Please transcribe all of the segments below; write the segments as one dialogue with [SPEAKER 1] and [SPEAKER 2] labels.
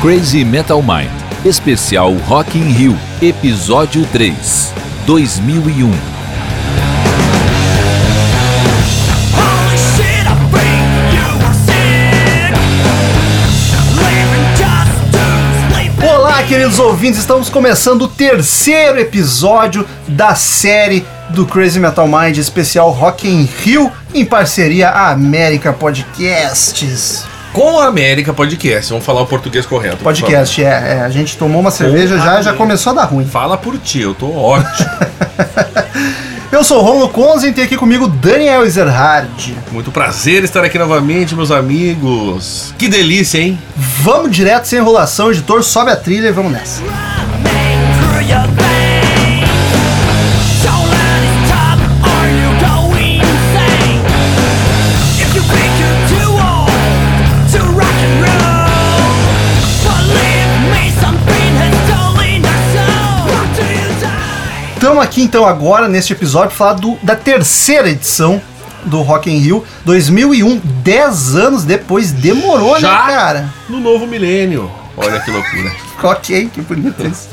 [SPEAKER 1] Crazy Metal Mind, especial Rock in Rio, episódio 3, 2001.
[SPEAKER 2] Olá, queridos ouvintes, estamos começando o terceiro episódio da série do Crazy Metal Mind especial Rock in Rio em parceria à América Podcasts.
[SPEAKER 3] Com a América Podcast, vamos falar o português correto. por
[SPEAKER 2] Podcast, é, é, a gente tomou uma cerveja já, já
[SPEAKER 3] América.
[SPEAKER 2] começou a dar ruim.
[SPEAKER 3] favor. Fala por ti, eu tô ótimo.
[SPEAKER 2] Eu sou o Rolo Conze e tem aqui comigo Daniel Ezerhard.
[SPEAKER 3] Muito prazer estar aqui novamente, meus amigos. Que delícia, hein?
[SPEAKER 2] Vamos direto sem enrolação, editor, sobe a trilha e vamos nessa. Estamos aqui então agora neste episódio para falar do- da terceira edição do Rock in Rio 2001, 10 anos depois, demorou,
[SPEAKER 3] Já?
[SPEAKER 2] né, cara?
[SPEAKER 3] No novo milênio. Olha que loucura.
[SPEAKER 2] Ok, que bonito isso.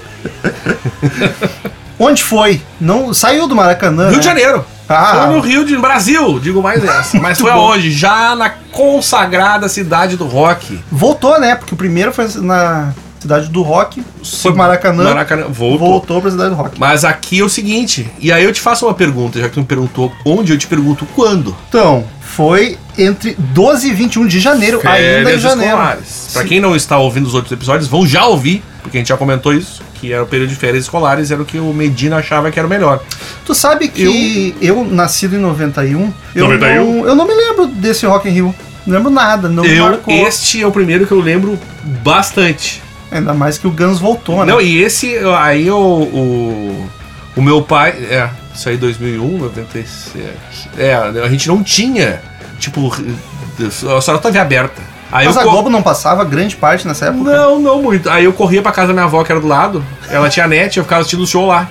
[SPEAKER 2] Onde foi? Não saiu do Maracanã.
[SPEAKER 3] Rio
[SPEAKER 2] né?
[SPEAKER 3] de Janeiro.
[SPEAKER 2] Ah.
[SPEAKER 3] Foi no Rio de Brasil, digo mais essa. Mas foi
[SPEAKER 2] bom.
[SPEAKER 3] aonde? Já na consagrada cidade do rock.
[SPEAKER 2] Voltou, né? Porque o primeiro foi na cidade do Rock, foi pro Maracanã,
[SPEAKER 3] Maracanã. Voltou.
[SPEAKER 2] voltou pra cidade do Rock.
[SPEAKER 3] Mas aqui é o seguinte, e aí eu te faço uma pergunta, já que tu me perguntou onde, eu te pergunto quando.
[SPEAKER 2] Então, foi entre 12 e 21 de janeiro, ainda em
[SPEAKER 3] Férias
[SPEAKER 2] janeiro.
[SPEAKER 3] escolares. Pra
[SPEAKER 2] Sim.
[SPEAKER 3] quem não está ouvindo os outros episódios, vão já ouvir, porque a gente já comentou isso, que era o período de férias escolares, era o que o Medina achava que era o melhor.
[SPEAKER 2] Tu sabe que eu, nascido em 91, eu
[SPEAKER 3] 91?
[SPEAKER 2] não, eu não me lembro desse Rock in Rio. Não lembro nada, não me
[SPEAKER 3] eu,
[SPEAKER 2] Então marcou.
[SPEAKER 3] este é o primeiro que eu lembro bastante.
[SPEAKER 2] Ainda mais que o Guns voltou, né?
[SPEAKER 3] Não, e esse, aí o, o, o meu pai, é, isso aí 2001, 97, é, a gente não tinha, tipo, a senhora tava aberta. Aí
[SPEAKER 2] Mas
[SPEAKER 3] eu
[SPEAKER 2] a
[SPEAKER 3] co-
[SPEAKER 2] Globo não passava grande parte nessa época.
[SPEAKER 3] Não, não muito. Aí eu corria pra casa da minha avó, que era do lado. Ela tinha net, eu ficava assistindo o show lá.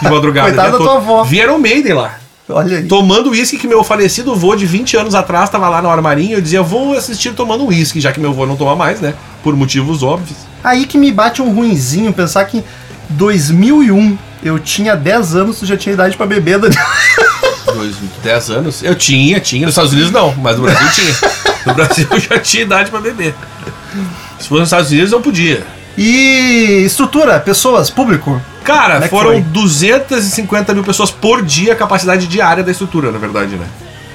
[SPEAKER 3] De madrugada.
[SPEAKER 2] Coitada da
[SPEAKER 3] Eu
[SPEAKER 2] tua avó.
[SPEAKER 3] Vieram o Maiden lá.
[SPEAKER 2] Olha aí.
[SPEAKER 3] Tomando uísque que meu falecido vô de 20 anos atrás tava lá no armarinho. Eu dizia, vou assistir tomando uísque, já que meu vô não toma mais, né? Por motivos óbvios.
[SPEAKER 2] Aí que me bate um ruinzinho pensar que em 2001 eu tinha 10 anos, tu já tinha idade pra beber, Daniel.
[SPEAKER 3] Dois, 10 anos. Eu tinha, tinha. Nos Estados Unidos não, mas no Brasil tinha. No Brasil eu já tinha idade pra beber. Se fosse nos Estados Unidos, não podia.
[SPEAKER 2] E estrutura, pessoas, público.
[SPEAKER 3] Cara,
[SPEAKER 2] Como é que
[SPEAKER 3] foram
[SPEAKER 2] foi?
[SPEAKER 3] 250 mil pessoas por dia a capacidade diária da estrutura, na verdade, né?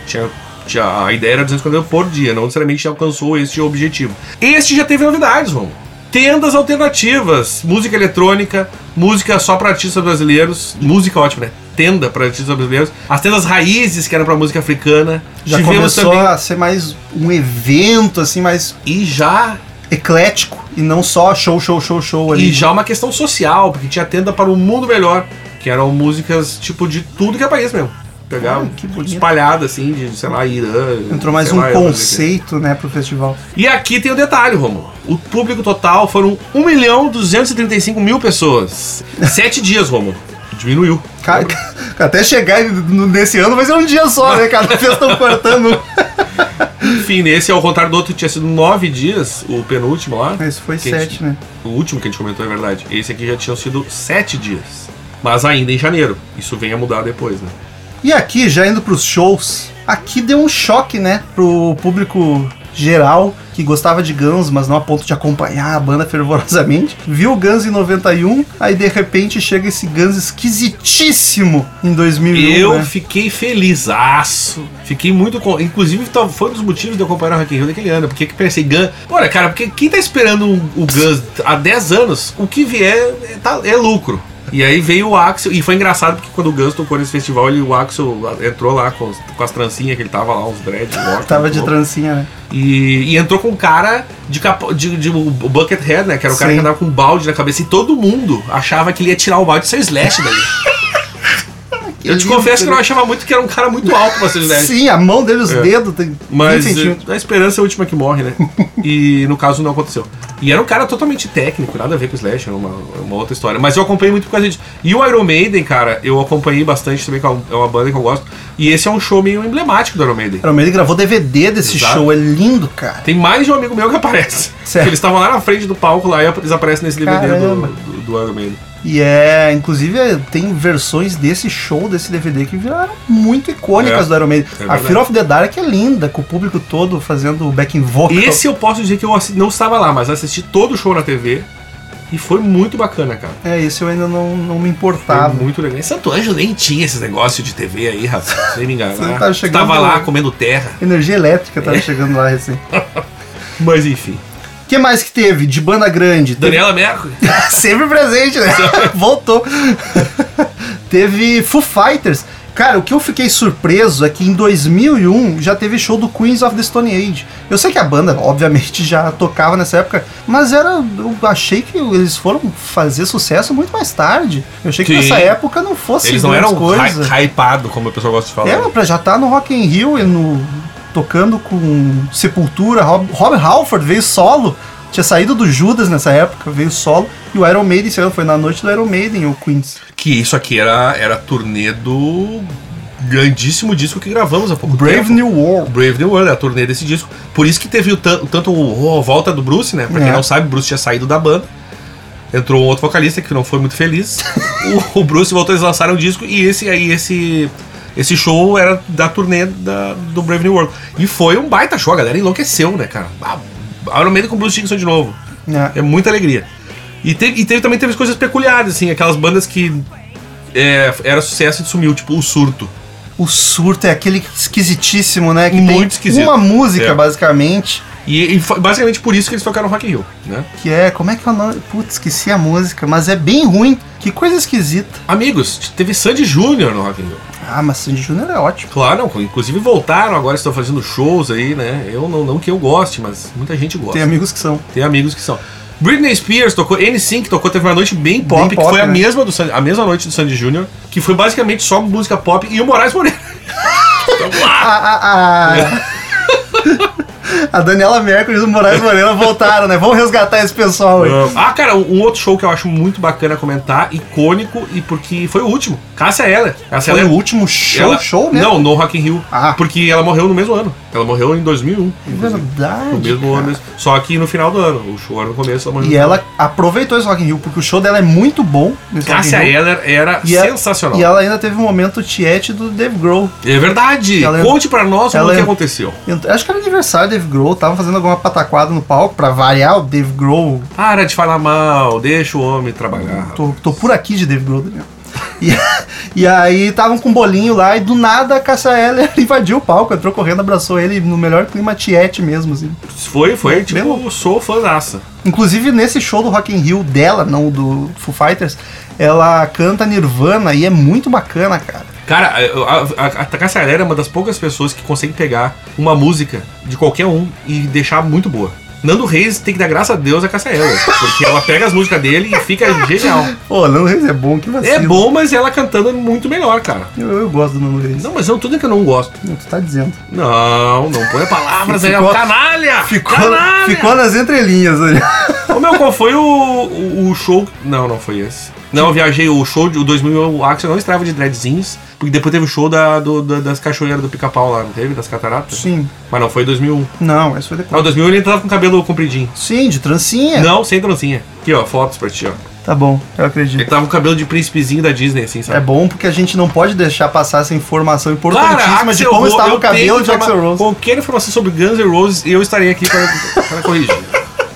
[SPEAKER 3] Tinha, tinha- a ideia era 250 mil por dia, não necessariamente alcançou este objetivo. Este já teve novidades, Ron. Tendas alternativas, música eletrônica, música só pra artistas brasileiros, música ótima, né? Tenda pra artistas brasileiros, as tendas raízes que eram pra música africana.
[SPEAKER 2] Já começou a ser mais um evento, assim, mais
[SPEAKER 3] E já
[SPEAKER 2] eclético e não só show, show, show, show ali.
[SPEAKER 3] E já é uma questão social, porque tinha tenda para o mundo melhor, que eram músicas tipo de tudo que é país mesmo. Pegar
[SPEAKER 2] Ah, que bonito.
[SPEAKER 3] espalhada assim, de, sei lá, Irã.
[SPEAKER 2] Entrou mais
[SPEAKER 3] sei
[SPEAKER 2] um
[SPEAKER 3] lá, eu não sei o quê.
[SPEAKER 2] conceito, né, pro festival.
[SPEAKER 3] E aqui tem o detalhe, Romulo. O público total foram 1 milhão 235 mil pessoas. Sete dias, Romulo. Diminuiu.
[SPEAKER 2] Ca- ca- Até chegar no- nesse ano vai ser um dia só, né, cara? Vocês estão cortando.
[SPEAKER 3] Enfim, nesse ao contrário do outro que tinha sido nove dias, o penúltimo lá.
[SPEAKER 2] Mas foi
[SPEAKER 3] Que a gente-
[SPEAKER 2] 7, né?
[SPEAKER 3] O último que a gente comentou é verdade. Esse aqui já tinham sido sete dias. Mas ainda em janeiro. Isso vem a mudar depois, né?
[SPEAKER 2] E aqui, já indo pros shows, aqui deu um choque, né? Pro público geral que gostava de Guns, mas não a ponto de acompanhar a banda fervorosamente. Viu o Guns em 91, aí de repente chega esse Guns esquisitíssimo em 2001,
[SPEAKER 3] Eu
[SPEAKER 2] né?
[SPEAKER 3] fiquei felizaço. Fiquei muito. con- Inclusive, tal- foi um dos motivos de eu acompanhar o Rock in Rio daquele ano. Porque que pensei, Guns. Olha, cara, porque quem tá esperando um- o Guns há 10 anos, o que vier é, tá- é lucro. E aí veio o Axel, e foi engraçado porque quando o Guns tocou nesse festival, ele, o Axel entrou lá com, os- com as trancinhas que ele tava lá, uns dreads, óculos,
[SPEAKER 2] Tava de
[SPEAKER 3] louco.
[SPEAKER 2] trancinha, né?
[SPEAKER 3] E, e entrou com um cara de, capo, de, de o Buckethead, né? Que era o cara
[SPEAKER 2] Sim.
[SPEAKER 3] que andava com um balde na cabeça. E todo mundo achava que ele ia tirar o balde e ser o Slash dali. eu te
[SPEAKER 2] lindo,
[SPEAKER 3] confesso que eu
[SPEAKER 2] né?
[SPEAKER 3] não achava muito que era um cara muito alto pra ser o Slash.
[SPEAKER 2] Sim, a mão dele, os
[SPEAKER 3] né? É.
[SPEAKER 2] dedos, tem 20
[SPEAKER 3] Mas eh,
[SPEAKER 2] centímetros.
[SPEAKER 3] a esperança é a última que morre, né? E no caso não aconteceu. E era um cara totalmente técnico, nada a ver com o Slash, era uma, uma outra história. Mas eu acompanhei muito por causa disso. E o Iron Maiden, cara, eu acompanhei bastante também, que é um- é uma banda que eu gosto. E esse é um show meio emblemático do Iron Maiden.
[SPEAKER 2] Iron Maiden gravou DVD desse
[SPEAKER 3] Exato.
[SPEAKER 2] show, é lindo, cara.
[SPEAKER 3] Tem mais de um amigo meu que aparece.
[SPEAKER 2] Sério?
[SPEAKER 3] Eles estavam lá na frente do palco lá e eles aparecem nesse DVD do,
[SPEAKER 2] Caramba.
[SPEAKER 3] do, do Iron Maiden.
[SPEAKER 2] E é, inclusive, é, tem versões desse show, desse DVD, que viraram muito icônicas
[SPEAKER 3] É,
[SPEAKER 2] do Iron Maiden.
[SPEAKER 3] é
[SPEAKER 2] a
[SPEAKER 3] verdade.
[SPEAKER 2] Fear of the Dark é linda, com o público todo fazendo o backing vocal.
[SPEAKER 3] Esse eu posso dizer que eu assi- não estava lá, mas assisti todo o show na TV e foi muito bacana, cara.
[SPEAKER 2] É, esse eu ainda não, não me
[SPEAKER 3] Foi
[SPEAKER 2] importava.
[SPEAKER 3] muito legal. Em Santo Ângelo nem tinha esses negócios de TV aí, rapaz. Sem me enganar.
[SPEAKER 2] Você tá chegando
[SPEAKER 3] Tava lá
[SPEAKER 2] agora.
[SPEAKER 3] comendo terra.
[SPEAKER 2] Energia elétrica
[SPEAKER 3] É.
[SPEAKER 2] tava chegando lá recém.
[SPEAKER 3] Mas enfim.
[SPEAKER 2] O que mais que teve? De banda grande. Teve- tipo
[SPEAKER 3] Daniela Mercury.
[SPEAKER 2] Sempre presente, né? Voltou. teve Foo Fighters. Cara, o que eu fiquei surpreso é que em 2001 já teve show do Queens of the Stone Age. Eu sei que a banda, obviamente, já tocava nessa época, mas era. Eu achei que eles foram fazer sucesso muito mais tarde. Eu achei que
[SPEAKER 3] Sim.
[SPEAKER 2] nessa época não fosse
[SPEAKER 3] Eles não
[SPEAKER 2] grandes
[SPEAKER 3] eram
[SPEAKER 2] coisa.
[SPEAKER 3] hy- hypado, como o pessoal gosta de falar.
[SPEAKER 2] Era pra É, já estar no Rock in Rio e no tocando com Sepultura, Rob, Rob Halford veio solo, tinha saído do Judas nessa época, veio solo e o Iron Maiden saiu, foi na noite do Iron Maiden o Queens.
[SPEAKER 3] Que isso aqui era, era a turnê do grandíssimo disco que gravamos há pouco
[SPEAKER 2] Brave
[SPEAKER 3] tempo.
[SPEAKER 2] New World.
[SPEAKER 3] Brave New World, é a turnê desse disco. Por isso que teve o tan- tanto o, o- a volta do Bruce, né? Pra quem
[SPEAKER 2] É.
[SPEAKER 3] não sabe, o Bruce tinha saído da banda. Entrou um outro vocalista que não foi muito feliz. o, o Bruce voltou, eles lançaram o disco e esse aí, esse. Esse show era da turnê da- do Brave New World. E foi um baita show, a galera enlouqueceu, né, cara? Ah, Iron Maiden com Bruce Dickinson de novo.
[SPEAKER 2] né?
[SPEAKER 3] É muita alegria. E, teve, e teve- também teve coisas peculiares, assim, aquelas bandas que é, era sucesso e sumiu, tipo o surto.
[SPEAKER 2] O surto é aquele esquisitíssimo, né? Que tem
[SPEAKER 3] Muito esquisito.
[SPEAKER 2] uma música,
[SPEAKER 3] É.
[SPEAKER 2] basicamente,
[SPEAKER 3] E, e foi basicamente por isso que eles tocaram Rock in Rio, né?
[SPEAKER 2] que é. Como é que é o nome? Putz, esqueci a música, mas é bem ruim. Que coisa esquisita.
[SPEAKER 3] Amigos, teve Sandy Júnior no Rock in Rio.
[SPEAKER 2] Ah, mas Sandy Júnior é ótimo.
[SPEAKER 3] Claro, inclusive voltaram, agora estão fazendo shows aí, né? Eu não, não que eu goste, mas muita gente gosta.
[SPEAKER 2] Tem amigos que são.
[SPEAKER 3] Tem amigos que são. Britney Spears tocou, N5 tocou, teve uma noite bem pop, que
[SPEAKER 2] pop,
[SPEAKER 3] foi a,
[SPEAKER 2] né?
[SPEAKER 3] mesma do Sandy, a mesma noite do Sandy Júnior, que foi basicamente só música pop e o Moraes Moreira.
[SPEAKER 2] a, a, a- Ah, a Daniela Mercury e o Moraes Moreno voltaram, né? Vamos resgatar esse pessoal aí.
[SPEAKER 3] Ah, cara, um outro show que eu acho muito bacana comentar, icônico, e porque foi o último. Cássia Eller. Cássia
[SPEAKER 2] Foi
[SPEAKER 3] Eller-
[SPEAKER 2] o último show,
[SPEAKER 3] é- ela-
[SPEAKER 2] show mesmo?
[SPEAKER 3] Não, no Rock in Rio.
[SPEAKER 2] Ah.
[SPEAKER 3] Porque ela morreu no mesmo ano. Ela morreu em 2001.
[SPEAKER 2] É Verdade.
[SPEAKER 3] No mesmo
[SPEAKER 2] cara.
[SPEAKER 3] ano. mesmo. Só que no final do ano. O show era no começo, ela morreu.
[SPEAKER 2] E ela aproveitou esse Rock in Rio, porque o show dela é muito bom. nesse Rock in
[SPEAKER 3] Cássia
[SPEAKER 2] Rio.
[SPEAKER 3] Eller era
[SPEAKER 2] E ela-
[SPEAKER 3] é sensacional.
[SPEAKER 2] E ela ainda teve um momento tiete do Dave Grohl.
[SPEAKER 3] É verdade.
[SPEAKER 2] Ela-
[SPEAKER 3] Conte pra nós
[SPEAKER 2] ela-
[SPEAKER 3] o que aconteceu.
[SPEAKER 2] Ent- Acho que era aniversário do Dave Grohl, tava fazendo alguma pataquada no palco pra variar o Dave Grohl.
[SPEAKER 3] Para de falar mal, deixa o homem trabalhar.
[SPEAKER 2] Tô, tô por aqui de Dave Grohl, Daniel. E, e aí estavam com um bolinho lá e do nada a Cassia Eller invadiu o palco, entrou correndo, abraçou ele no melhor clima tiete mesmo, assim.
[SPEAKER 3] Foi, foi, tipo,
[SPEAKER 2] Belo.
[SPEAKER 3] sou fãzaça.
[SPEAKER 2] Inclusive, nesse show do Rock in Rio dela, não do Foo Fighters, ela canta Nirvana e é muito bacana, cara.
[SPEAKER 3] Cara, a, a, a Cássia Eller é uma das poucas pessoas que consegue pegar uma música de qualquer um e deixar muito boa. Nando Reis tem que dar graça a Deus a Cássia Eller, porque ela pega as músicas dele e fica genial.
[SPEAKER 2] Pô, Nando Reis é bom, que vacilo.
[SPEAKER 3] É bom, mas ela cantando é muito melhor, cara.
[SPEAKER 2] Eu, eu gosto do Nando Reis.
[SPEAKER 3] Não, mas eu tô dizendo que eu não gosto.
[SPEAKER 2] Não, tu tá dizendo.
[SPEAKER 3] Não, não ponha palavras aí,
[SPEAKER 2] Ficou-
[SPEAKER 3] é canalha!
[SPEAKER 2] Ficou,
[SPEAKER 3] canalha!
[SPEAKER 2] ficou nas entrelinhas né? ali.
[SPEAKER 3] Ô, meu, qual foi o, o, o show? Não, não foi esse. Não, eu viajei o show de o 2000, o Axel não estava de dreadzinhos, porque depois teve o show da, do- da- das cachoeiras do pica-pau lá, não teve? Das cataratas?
[SPEAKER 2] Sim.
[SPEAKER 3] Mas não, foi em 2001.
[SPEAKER 2] Não, isso foi
[SPEAKER 3] Ah,
[SPEAKER 2] depois.
[SPEAKER 3] em 2001 ele tava com o cabelo compridinho.
[SPEAKER 2] Sim, de trancinha.
[SPEAKER 3] Não, sem trancinha. Aqui, ó, fotos pra ti, ó.
[SPEAKER 2] Tá bom, eu
[SPEAKER 3] Ele
[SPEAKER 2] acredito.
[SPEAKER 3] tava com o cabelo de príncipezinho da Disney, assim,
[SPEAKER 2] É
[SPEAKER 3] sabe?
[SPEAKER 2] bom porque a gente não pode deixar passar essa informação importantíssima
[SPEAKER 3] Cara,
[SPEAKER 2] de
[SPEAKER 3] Axl
[SPEAKER 2] como
[SPEAKER 3] Ro-
[SPEAKER 2] estava
[SPEAKER 3] eu
[SPEAKER 2] o cabelo
[SPEAKER 3] tenho
[SPEAKER 2] de Axel
[SPEAKER 3] informa-
[SPEAKER 2] Rose.
[SPEAKER 3] Qualquer informação sobre Guns N' Roses, eu estarei aqui para, para corrigir.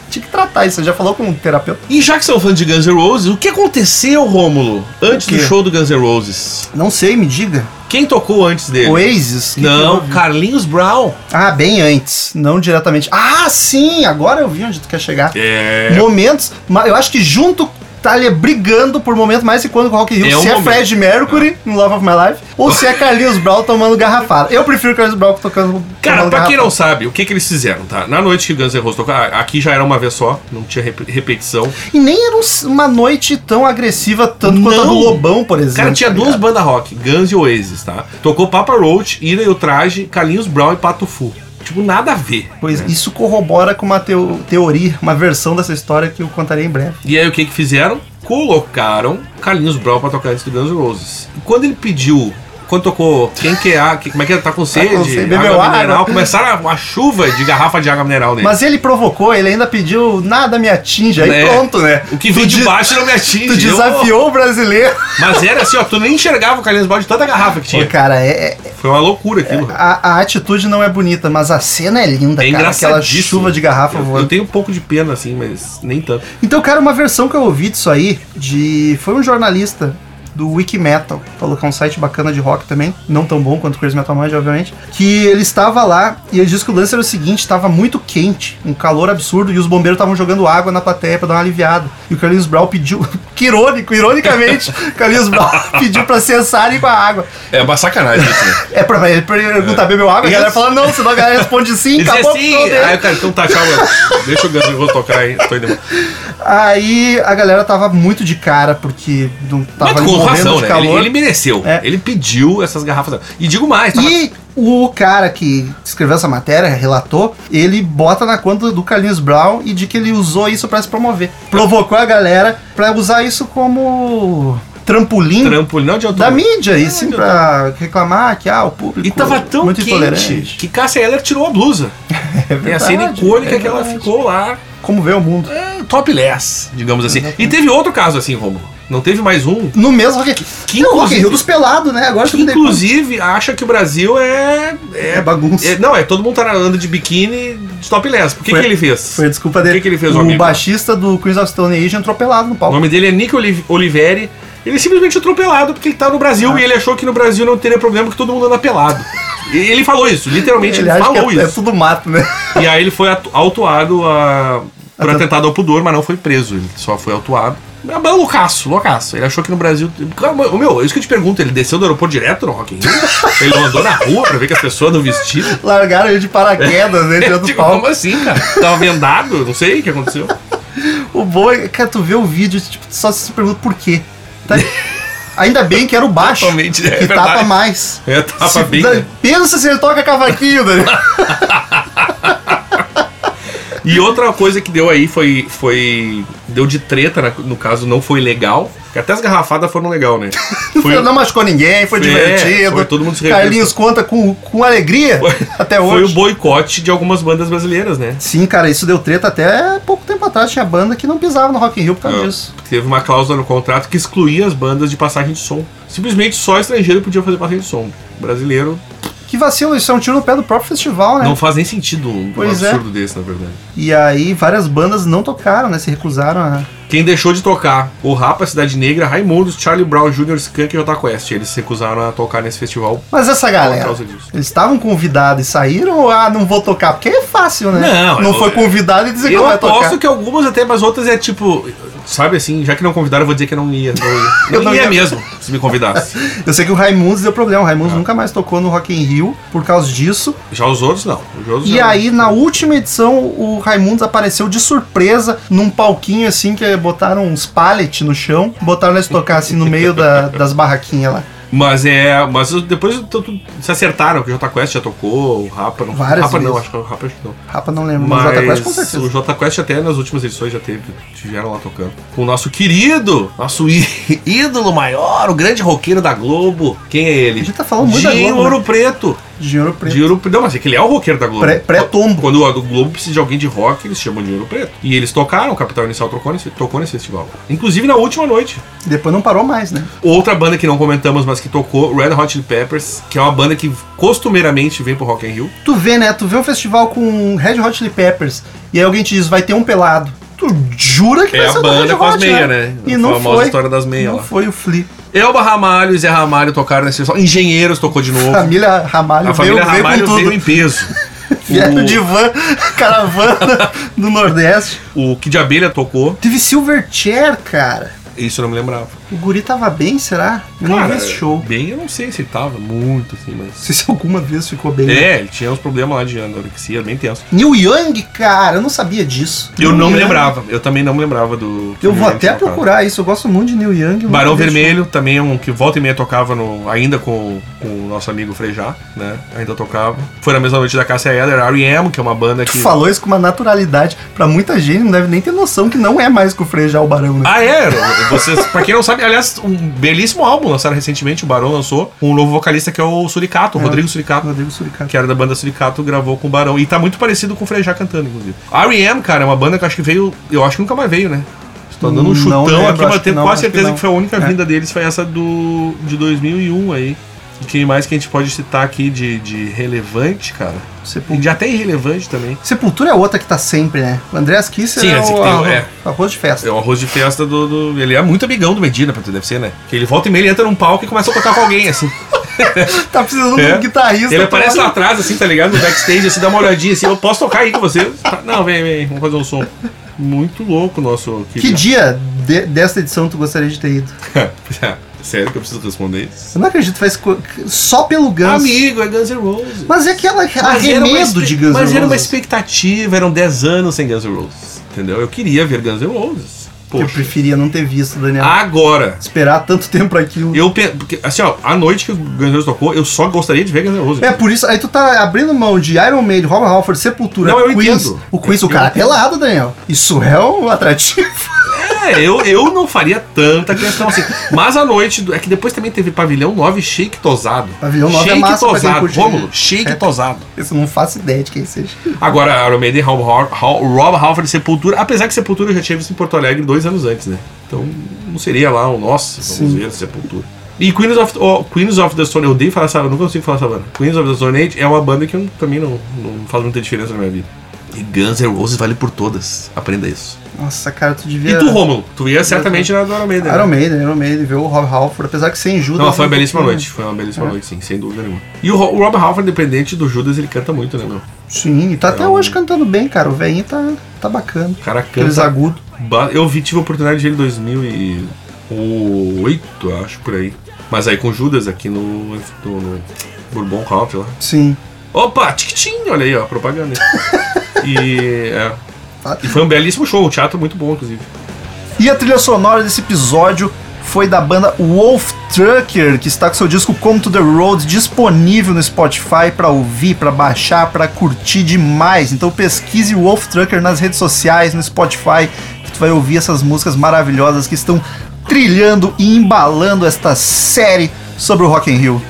[SPEAKER 2] Tinha que tratar isso, você já falou com um terapeuta.
[SPEAKER 3] E já que você é um fã de Guns N' Roses, o que aconteceu, Rômulo, antes
[SPEAKER 2] O quê?
[SPEAKER 3] do show do Guns N' Roses?
[SPEAKER 2] Não sei, me diga.
[SPEAKER 3] Quem tocou antes dele?
[SPEAKER 2] Oasis? Que
[SPEAKER 3] É. Não,
[SPEAKER 2] que houve?
[SPEAKER 3] Carlinhos Brown.
[SPEAKER 2] Ah, bem antes, não diretamente. Ah, sim, agora eu vi onde tu quer chegar.
[SPEAKER 3] É.
[SPEAKER 2] Momentos, ma- eu acho que junto tá ali brigando por momentos mais e quando com o Rock in Rio,
[SPEAKER 3] É um
[SPEAKER 2] se é
[SPEAKER 3] momento. Ah.
[SPEAKER 2] Fred Mercury no Love of My Life ou se é Carlinhos Brown tomando garrafada. Eu prefiro Carlinhos Brown tocando
[SPEAKER 3] Cara,
[SPEAKER 2] tomando
[SPEAKER 3] pra quem não
[SPEAKER 2] garrafada.
[SPEAKER 3] sabe, o que que eles fizeram, tá? Na noite que Guns N' Roses tocou, ah, aqui já era uma vez só, não tinha rep- repetição.
[SPEAKER 2] E nem era um- uma noite tão agressiva tanto quanto a do
[SPEAKER 3] Não.
[SPEAKER 2] Lobão, por exemplo.
[SPEAKER 3] Cara, tinha
[SPEAKER 2] tá
[SPEAKER 3] duas
[SPEAKER 2] ligado?
[SPEAKER 3] bandas rock, Guns e Oasis, tá? Tocou Papa Roach, Ira e o Traje, Carlinhos Brown e Pato Fu. Tipo, nada a ver.
[SPEAKER 2] Pois isso corrobora com uma teo- teoria, uma versão dessa história que eu contarei em breve.
[SPEAKER 3] E aí o que que fizeram? Colocaram Carlinhos Brown pra tocar antes do Guns N' Roses. E quando ele pediu quando tocou quem que é, a- que- como é que é, tá com sede,
[SPEAKER 2] sede,
[SPEAKER 3] água
[SPEAKER 2] bebeu água.
[SPEAKER 3] mineral, começaram a, a chuva de garrafa de água mineral nele.
[SPEAKER 2] Mas ele provocou, ele ainda pediu nada me atinge, aí
[SPEAKER 3] Né?
[SPEAKER 2] pronto, né?
[SPEAKER 3] o que vem
[SPEAKER 2] Tu
[SPEAKER 3] de
[SPEAKER 2] de-
[SPEAKER 3] baixo não me atinge.
[SPEAKER 2] Tu
[SPEAKER 3] eu-
[SPEAKER 2] desafiou o brasileiro.
[SPEAKER 3] mas era assim, ó, tu nem enxergava o Carlinhos Balde de tanta garrafa que
[SPEAKER 2] Pô,
[SPEAKER 3] tinha.
[SPEAKER 2] cara, é, é-
[SPEAKER 3] Foi uma loucura aquilo, É velho.
[SPEAKER 2] a, a atitude não é bonita, mas a cena é linda,
[SPEAKER 3] É
[SPEAKER 2] cara. Aquela
[SPEAKER 3] engraçadíssimo.
[SPEAKER 2] chuva de garrafa
[SPEAKER 3] Eu,
[SPEAKER 2] voando.
[SPEAKER 3] eu tenho um pouco de pena, assim, mas nem tanto.
[SPEAKER 2] Então, cara, uma versão que eu ouvi disso aí, de. Foi um jornalista do Wikimetal, falou que é um site bacana de rock também, não tão bom quanto o Crazy Metal Mind, obviamente, que ele estava lá e ele disse que o lance era o seguinte, estava muito quente, um calor absurdo, e os bombeiros estavam jogando água na plateia pra dar uma aliviada. E o Carlinhos Brown pediu, que irônico, ironicamente, o Carlinhos Brown pediu pra cessarem com a água.
[SPEAKER 3] É uma sacanagem isso, né?
[SPEAKER 2] É pra ele perguntar, bebeu água? A galera
[SPEAKER 3] Isso.
[SPEAKER 2] fala não, senão a galera responde sim,
[SPEAKER 3] Ele dizia
[SPEAKER 2] acabou
[SPEAKER 3] assim,
[SPEAKER 2] com tudo.
[SPEAKER 3] aí o cara, então tá, calma, deixa o Guns, eu vou tocar aí, tô indo embora.
[SPEAKER 2] Aí a galera tava muito de cara, porque não tava
[SPEAKER 3] Mas
[SPEAKER 2] ali
[SPEAKER 3] com
[SPEAKER 2] morrendo
[SPEAKER 3] razão,
[SPEAKER 2] de
[SPEAKER 3] né? Ele,
[SPEAKER 2] calor.
[SPEAKER 3] ele mereceu.
[SPEAKER 2] É.
[SPEAKER 3] Ele pediu essas garrafas. E digo mais, tava
[SPEAKER 2] E o cara que escreveu essa matéria, relatou, ele bota na conta do Carlinhos Brown e diz que ele usou isso pra se promover. Provocou a galera pra usar isso como trampolim
[SPEAKER 3] trampo, não adiantou.
[SPEAKER 2] da mídia, e
[SPEAKER 3] Não
[SPEAKER 2] sim
[SPEAKER 3] adiantou.
[SPEAKER 2] pra reclamar que ah, o público
[SPEAKER 3] E tava tão
[SPEAKER 2] muito
[SPEAKER 3] quente
[SPEAKER 2] intolerante.
[SPEAKER 3] que Cássia Eller tirou a blusa.
[SPEAKER 2] É
[SPEAKER 3] Tem a cena
[SPEAKER 2] verdade,
[SPEAKER 3] icônica
[SPEAKER 2] é
[SPEAKER 3] que ela
[SPEAKER 2] verdade.
[SPEAKER 3] ficou lá
[SPEAKER 2] Como vê o mundo.
[SPEAKER 3] é, topless, digamos assim. E teve outro caso assim, Romulo. Não teve mais um.
[SPEAKER 2] No mesmo Rock
[SPEAKER 3] Que
[SPEAKER 2] É o Rock in Rio
[SPEAKER 3] inclusive,
[SPEAKER 2] dos pelados, né? Agora
[SPEAKER 3] que
[SPEAKER 2] que eu me dei conta.
[SPEAKER 3] inclusive acha que o Brasil é. É,
[SPEAKER 2] É bagunça.
[SPEAKER 3] é- não, é todo mundo tá andando de biquíni de topless. Por que,
[SPEAKER 2] Foi-
[SPEAKER 3] que ele fez?
[SPEAKER 2] Foi a desculpa dele.
[SPEAKER 3] O que que ele fez,
[SPEAKER 2] O
[SPEAKER 3] amigo?
[SPEAKER 2] baixista do Queens of Stone Age entrou pelado no
[SPEAKER 3] O
[SPEAKER 2] palco.
[SPEAKER 3] nome dele é Nick Oli- Oliveri. Ele é simplesmente atropelado porque ele tá no Brasil e ele achou que no Brasil não teria problema porque todo mundo anda pelado. E ele falou isso, literalmente, ele,
[SPEAKER 2] acha
[SPEAKER 3] falou
[SPEAKER 2] que é, é
[SPEAKER 3] isso.
[SPEAKER 2] tudo mato, né?
[SPEAKER 3] E aí ele foi atu- autuado a- por
[SPEAKER 2] Atu-
[SPEAKER 3] atentado ao pudor, mas não foi preso. Ele só foi autuado. É um loucaço, loucaço. Ele achou que no Brasil. Cara, mas, Meu, isso que eu te pergunto, ele desceu do aeroporto direto no Rock in Rio? Ele não andou na rua pra ver que as pessoas não vestiram?
[SPEAKER 2] Largaram ele de paraquedas né, dentro do
[SPEAKER 3] Tipo, como
[SPEAKER 2] palco.
[SPEAKER 3] assim, cara? Tava vendado? Não sei o que aconteceu.
[SPEAKER 2] O bom é que tu vê o vídeo tipo, tu só se pergunta por quê. Tá- Ainda bem que era o baixo.
[SPEAKER 3] Totalmente, é
[SPEAKER 2] que
[SPEAKER 3] verdade.
[SPEAKER 2] tapa mais.
[SPEAKER 3] É, tava
[SPEAKER 2] Se-
[SPEAKER 3] bem.
[SPEAKER 2] da-
[SPEAKER 3] né?
[SPEAKER 2] Pensa se ele toca cavaquinho, né? Daniel.
[SPEAKER 3] E outra coisa que deu aí foi. foi deu de treta, na- no caso, não foi legal. Que até as garrafadas foram legal, né? Foi,
[SPEAKER 2] não machucou ninguém, foi
[SPEAKER 3] É,
[SPEAKER 2] divertido.
[SPEAKER 3] foi, todo mundo se revezou.
[SPEAKER 2] Carlinhos conta com, com alegria
[SPEAKER 3] foi-
[SPEAKER 2] até
[SPEAKER 3] foi
[SPEAKER 2] hoje.
[SPEAKER 3] o boicote de algumas bandas brasileiras, né?
[SPEAKER 2] Sim, cara, isso deu treta até pouco tempo atrás. Tinha banda que não pisava no Rock in Rio por causa
[SPEAKER 3] Ah,
[SPEAKER 2] disso.
[SPEAKER 3] Teve uma cláusula no contrato que excluía as bandas de passagem de som. Simplesmente só estrangeiro podia fazer passagem de som. Brasileiro
[SPEAKER 2] Que vacilo, isso é um tiro no pé do próprio festival, né?
[SPEAKER 3] não faz nem sentido um, um
[SPEAKER 2] Pois é.
[SPEAKER 3] absurdo desse, na verdade.
[SPEAKER 2] E aí várias bandas não tocaram, né? Se recusaram a.
[SPEAKER 3] Quem deixou de tocar? O Rapa, Cidade Negra, Raimundos, Charlie Brown Jr., Skunk e Jota Quest. Eles se recusaram a tocar nesse festival
[SPEAKER 2] Mas essa
[SPEAKER 3] por
[SPEAKER 2] galera.
[SPEAKER 3] causa disso.
[SPEAKER 2] Eles estavam convidados e saíram ou ah, não vou tocar? Porque é fácil, né?
[SPEAKER 3] Não,
[SPEAKER 2] não
[SPEAKER 3] eu-
[SPEAKER 2] foi convidado e dizer que
[SPEAKER 3] Eu
[SPEAKER 2] não vai
[SPEAKER 3] aposto
[SPEAKER 2] tocar.
[SPEAKER 3] que algumas até, mas outras é tipo, sabe assim, já que não convidaram, eu vou dizer que não ia. Não ia,
[SPEAKER 2] Eu
[SPEAKER 3] eu
[SPEAKER 2] não
[SPEAKER 3] não ia,
[SPEAKER 2] ia.
[SPEAKER 3] mesmo, se me convidasse.
[SPEAKER 2] Eu sei que o Raimundos deu problema. O
[SPEAKER 3] Ah.
[SPEAKER 2] Raimundos nunca mais tocou no Rock in Rio por causa disso.
[SPEAKER 3] Já os outros não. Os outros
[SPEAKER 2] E
[SPEAKER 3] já-
[SPEAKER 2] aí, na última edição, o Raimundos apareceu de surpresa num palquinho assim que botaram uns pallet no chão, botaram eles tocar assim no meio da- das barraquinhas lá.
[SPEAKER 3] Mas é. Mas depois tu- tu- se acertaram, que o Jota Quest já tocou, o Rapa não.
[SPEAKER 2] Várias
[SPEAKER 3] Rapa não,
[SPEAKER 2] vezes.
[SPEAKER 3] acho que o Rapa acho que não.
[SPEAKER 2] Rapa, não lembro, mas,
[SPEAKER 3] Mas
[SPEAKER 2] Jota Quest com certeza.
[SPEAKER 3] o Jota Quest até nas últimas edições já teve, tiveram lá tocando. Com o nosso querido, nosso í- ídolo maior, o grande roqueiro da Globo. Quem é ele?
[SPEAKER 2] A gente tá falando muito da
[SPEAKER 3] Dinho
[SPEAKER 2] Globo, né?
[SPEAKER 3] Ouro Preto.
[SPEAKER 2] Dinheiro preto.
[SPEAKER 3] Dinheiro preto. Não, mas é que ele é o roqueiro da Globo.
[SPEAKER 2] Pré- pré-tombo.
[SPEAKER 3] Quando a Globo precisa de alguém de rock, eles chamam Dinheiro Preto. E eles tocaram, o Capital Inicial tocou nesse, tocou nesse festival. Inclusive na última noite.
[SPEAKER 2] Depois não parou mais, né?
[SPEAKER 3] Outra banda que não comentamos, mas que tocou, Red Hot Chili Peppers, que é uma banda que costumeiramente vem pro Rock in Rio.
[SPEAKER 2] Tu vê, né? Tu vê um festival com Red Hot Chili Peppers e aí alguém te diz, vai ter um pelado. Tu jura que
[SPEAKER 3] É
[SPEAKER 2] vai
[SPEAKER 3] a
[SPEAKER 2] ser o
[SPEAKER 3] banda
[SPEAKER 2] Red
[SPEAKER 3] com as
[SPEAKER 2] Hot,
[SPEAKER 3] meias, né?
[SPEAKER 2] E
[SPEAKER 3] A
[SPEAKER 2] não
[SPEAKER 3] famosa
[SPEAKER 2] foi.
[SPEAKER 3] história das meias
[SPEAKER 2] não
[SPEAKER 3] lá.
[SPEAKER 2] foi o Flip.
[SPEAKER 3] Elba Ramalho e Zé Ramalho tocaram nesse festival. Engenheiros tocou de novo.
[SPEAKER 2] Família Ramalho
[SPEAKER 3] a
[SPEAKER 2] veio,
[SPEAKER 3] família Ramalho
[SPEAKER 2] veio com
[SPEAKER 3] veio
[SPEAKER 2] tudo.
[SPEAKER 3] em peso.
[SPEAKER 2] Vieram de van, caravana no Nordeste.
[SPEAKER 3] O, o Kid Abelha tocou.
[SPEAKER 2] Teve Silverchair, cara.
[SPEAKER 3] Isso eu não me lembrava.
[SPEAKER 2] O guri tava bem, será? Eu não vi esse show.
[SPEAKER 3] Bem, eu não sei se ele tava muito assim, mas.
[SPEAKER 2] Não sei se alguma vez ficou bem.
[SPEAKER 3] É, ele tinha uns problemas lá de anorexia, bem tenso.
[SPEAKER 2] Neil Young, cara, eu não sabia disso.
[SPEAKER 3] Eu não me
[SPEAKER 2] Neil Young.
[SPEAKER 3] lembrava, eu também não me lembrava do.
[SPEAKER 2] Né? Eu vou
[SPEAKER 3] do
[SPEAKER 2] até
[SPEAKER 3] Young tocando.
[SPEAKER 2] procurar isso, eu gosto muito de Neil Young. eu
[SPEAKER 3] Barão
[SPEAKER 2] nunca vi esse
[SPEAKER 3] Vermelho também é um que volta e meia tocava no, ainda com, com o nosso amigo Frejá, né? Ainda tocava. Foi na mesma noite da Cassia Eller, R.E.M., que é uma banda
[SPEAKER 2] Tu
[SPEAKER 3] que.
[SPEAKER 2] falou isso com uma naturalidade. Pra muita gente, não deve nem ter noção que não é mais com o Frejá o Barão, né?
[SPEAKER 3] Ah, é? Vocês, pra quem não sabe, foda. Aliás, um belíssimo álbum lançaram recentemente, o Barão lançou, com um novo vocalista que é o Suricato, o
[SPEAKER 2] É.
[SPEAKER 3] Rodrigo Suricato.
[SPEAKER 2] Rodrigo Suricato.
[SPEAKER 3] que era da banda Suricato, gravou com o Barão. E tá muito parecido com o Frejá cantando, inclusive. R.E.M., cara, é uma banda que eu acho que veio... Eu acho que nunca mais veio, né? Estou dando um
[SPEAKER 2] Não
[SPEAKER 3] chutão
[SPEAKER 2] lembro,
[SPEAKER 3] aqui, mas
[SPEAKER 2] acho que
[SPEAKER 3] tenho
[SPEAKER 2] não,
[SPEAKER 3] quase
[SPEAKER 2] acho que
[SPEAKER 3] certeza que,
[SPEAKER 2] não.
[SPEAKER 3] foi a única
[SPEAKER 2] É.
[SPEAKER 3] vinda deles, foi essa do de 2001 aí. E quem mais que a gente pode citar aqui de, de relevante, cara? E
[SPEAKER 2] Sepultura.
[SPEAKER 3] de até irrelevante também.
[SPEAKER 2] Sepultura é outra que tá sempre, né? O Andreas Kisser
[SPEAKER 3] Sim,
[SPEAKER 2] é,
[SPEAKER 3] esse
[SPEAKER 2] o
[SPEAKER 3] que tem o-
[SPEAKER 2] arro-
[SPEAKER 3] é.
[SPEAKER 2] arroz de festa.
[SPEAKER 3] É o arroz de festa do, do- Ele é muito amigão do Medina, pra tu deve ser, né? Que ele volta e meia, ele entra num palco e começa a tocar com alguém, assim.
[SPEAKER 2] Tá precisando de
[SPEAKER 3] É.
[SPEAKER 2] um guitarrista.
[SPEAKER 3] Ele
[SPEAKER 2] pra-
[SPEAKER 3] aparece lá atrás, assim, tá ligado? No backstage, assim, dá uma olhadinha, assim, eu posso tocar aí com você? Tá, Não, vem, vem, vamos fazer um som. Muito louco o nosso...
[SPEAKER 2] Que dia de- desta edição tu gostaria de ter ido?
[SPEAKER 3] É, Sério que eu preciso responder isso?
[SPEAKER 2] Eu não acredito, faz co- só pelo Guns.
[SPEAKER 3] Amigo, é Guns N' Roses.
[SPEAKER 2] Mas é aquela
[SPEAKER 3] Mas era uma
[SPEAKER 2] arremedo
[SPEAKER 3] expe-
[SPEAKER 2] de Guns N'
[SPEAKER 3] Mas era uma
[SPEAKER 2] Roses.
[SPEAKER 3] expectativa, eram 10 anos sem Guns N' Roses, entendeu? Eu queria ver Guns N' Roses.
[SPEAKER 2] Eu
[SPEAKER 3] Poxa, Ah.
[SPEAKER 2] preferia não ter visto, Daniel.
[SPEAKER 3] agora...
[SPEAKER 2] Esperar tanto tempo pra aquilo.
[SPEAKER 3] Eu pe- porque, assim, ó, a noite que o Guns N' Roses tocou, eu só gostaria de ver Guns N' Roses.
[SPEAKER 2] É, por isso, aí tu tá abrindo mão de Iron Maiden, Robert Halford, Sepultura,
[SPEAKER 3] Não, eu
[SPEAKER 2] Queens.
[SPEAKER 3] entendo.
[SPEAKER 2] O Queens,
[SPEAKER 3] Eu
[SPEAKER 2] o cara é
[SPEAKER 3] entendo.
[SPEAKER 2] pelado, Daniel. Isso é um atrativo.
[SPEAKER 3] É, eu, eu não faria tanta questão assim. Mas a noite. do- É que depois também teve Pavilhão 9 shake tosado.
[SPEAKER 2] Pavilhão 9 é
[SPEAKER 3] shake
[SPEAKER 2] massa pra quem
[SPEAKER 3] tosado.
[SPEAKER 2] curte. É.
[SPEAKER 3] Rômulo, shake tosado.
[SPEAKER 2] Isso eu não faço ideia de quem seja.
[SPEAKER 3] Agora, Iron Maiden, Rob, Hal- Hal- Rob Halford e Sepultura. Apesar que Sepultura eu já tinha visto em Porto Alegre dois anos antes, né? Então não seria lá o nosso. Vamos
[SPEAKER 2] Sim.
[SPEAKER 3] ver Sepultura. E Queens of, oh, Queens of the Stone, eu odeio falar essa, eu não consigo falar essa banda. Queens of the Stone Age é uma banda que eu, pra mim não, não faz muita diferença na minha vida. E Guns N' Roses vale por todas. Aprenda isso.
[SPEAKER 2] Nossa, cara, tu devia.
[SPEAKER 3] E tu, Rômulo? Tu ia certamente na do Iron Maiden. né?
[SPEAKER 2] Iron Maiden, Iron Maiden, ver o Robert Halford, apesar que sem né? Judas.
[SPEAKER 3] Não, foi uma
[SPEAKER 2] ele-
[SPEAKER 3] belíssima noite. Foi uma belíssima noite, sim, sem dúvida nenhuma. E o, Ro- o Rob Halford, independente do Judas, ele canta muito, né, meu?
[SPEAKER 2] Sim, e tá até
[SPEAKER 3] Então-
[SPEAKER 2] hoje cantando bem, cara. O velhinho tá, tá bacana.
[SPEAKER 3] O cara
[SPEAKER 2] Aqueles
[SPEAKER 3] canta.
[SPEAKER 2] agudos.
[SPEAKER 3] ba- Eu vi, tive a oportunidade de ver ele em 2008, acho, por aí. Mas aí com o Judas aqui no, no, no Bourbon Hall, sei lá.
[SPEAKER 2] Sim.
[SPEAKER 3] Opa, tiquitim! Olha aí, ó, propaganda. e, é.
[SPEAKER 2] Tá.
[SPEAKER 3] e foi um belíssimo show, o teatro muito bom, inclusive.
[SPEAKER 2] E a trilha sonora desse episódio foi da banda Wolf Trucker, que está com seu disco Come to the Road disponível no Spotify para ouvir, para baixar, para curtir demais. Então pesquise Wolf Trucker nas redes sociais, no Spotify, que tu vai ouvir essas músicas maravilhosas que estão trilhando e embalando esta série sobre o Rock in Rio.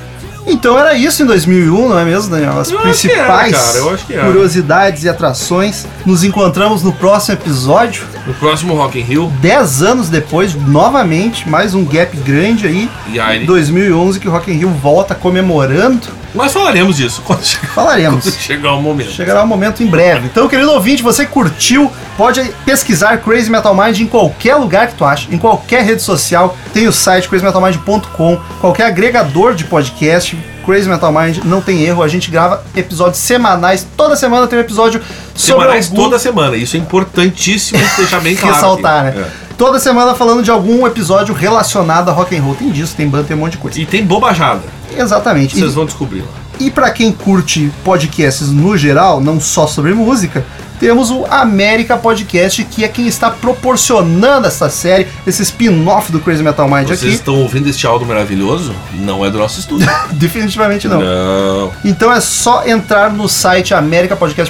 [SPEAKER 2] Então era isso em 2001, não é mesmo, Daniel? As
[SPEAKER 3] Eu acho que era,
[SPEAKER 2] principais
[SPEAKER 3] cara, eu acho que era.
[SPEAKER 2] curiosidades e atrações. Nos encontramos no próximo episódio.
[SPEAKER 3] No próximo Rock in Rio,
[SPEAKER 2] 10 anos depois, novamente, mais um gap grande aí.
[SPEAKER 3] e aí.
[SPEAKER 2] 2011 que o Rock in Rio volta comemorando.
[SPEAKER 3] Nós falaremos disso quando chegar, quando
[SPEAKER 2] Falaremos.
[SPEAKER 3] chegar o momento.
[SPEAKER 2] Chegará o momento em breve. Então, querido ouvinte, você curtiu, pode pesquisar Crazy Metal Mind em qualquer lugar que tu acha, em qualquer rede social. Tem o site crazymetalmind.com, qualquer agregador de podcast. Crazy Metal Mind não tem erro, a gente grava episódios semanais. Toda semana tem um episódio sobre
[SPEAKER 3] Semanais
[SPEAKER 2] algum
[SPEAKER 3] toda semana. Isso é importantíssimo deixar bem claro.
[SPEAKER 2] ressaltar,
[SPEAKER 3] aqui. É.
[SPEAKER 2] né? Toda semana falando de algum episódio relacionado a rock and roll. Tem disso, tem banda, tem um monte de coisa.
[SPEAKER 3] É. E tem bobajada.
[SPEAKER 2] Exatamente.
[SPEAKER 3] Vocês
[SPEAKER 2] E,
[SPEAKER 3] vão descobrir lá.
[SPEAKER 2] e para quem curte podcasts no geral, não só sobre música, temos o América Podcast, que é quem está proporcionando essa série, esse spin-off do Crazy Metal Mind
[SPEAKER 3] Vocês
[SPEAKER 2] aqui.
[SPEAKER 3] estão ouvindo este áudio maravilhoso? Não é do nosso estúdio.
[SPEAKER 2] Definitivamente não.
[SPEAKER 3] Não.
[SPEAKER 2] Então é só entrar no site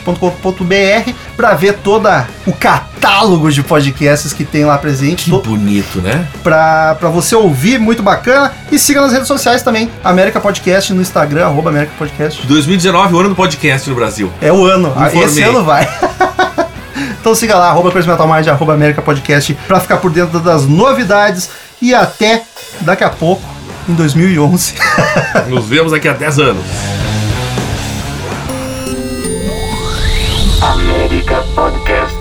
[SPEAKER 2] americapodcast.com.br para ver toda o catálogo de podcasts que tem lá presente.
[SPEAKER 3] Que
[SPEAKER 2] To-
[SPEAKER 3] bonito, né?
[SPEAKER 2] pra, pra você ouvir, muito bacana. E siga nas redes sociais também, América Podcast, no Instagram, arroba América Podcast.
[SPEAKER 3] 2019, o ano do podcast no Brasil.
[SPEAKER 2] É o ano, ah,
[SPEAKER 3] Informei.
[SPEAKER 2] esse ano vai. então siga lá, arroba Crazy Metal Mind, arroba América Podcast, pra ficar por dentro das novidades. E até daqui a pouco, em 2011.
[SPEAKER 3] Nos vemos daqui a 10 anos.
[SPEAKER 4] América Podcast.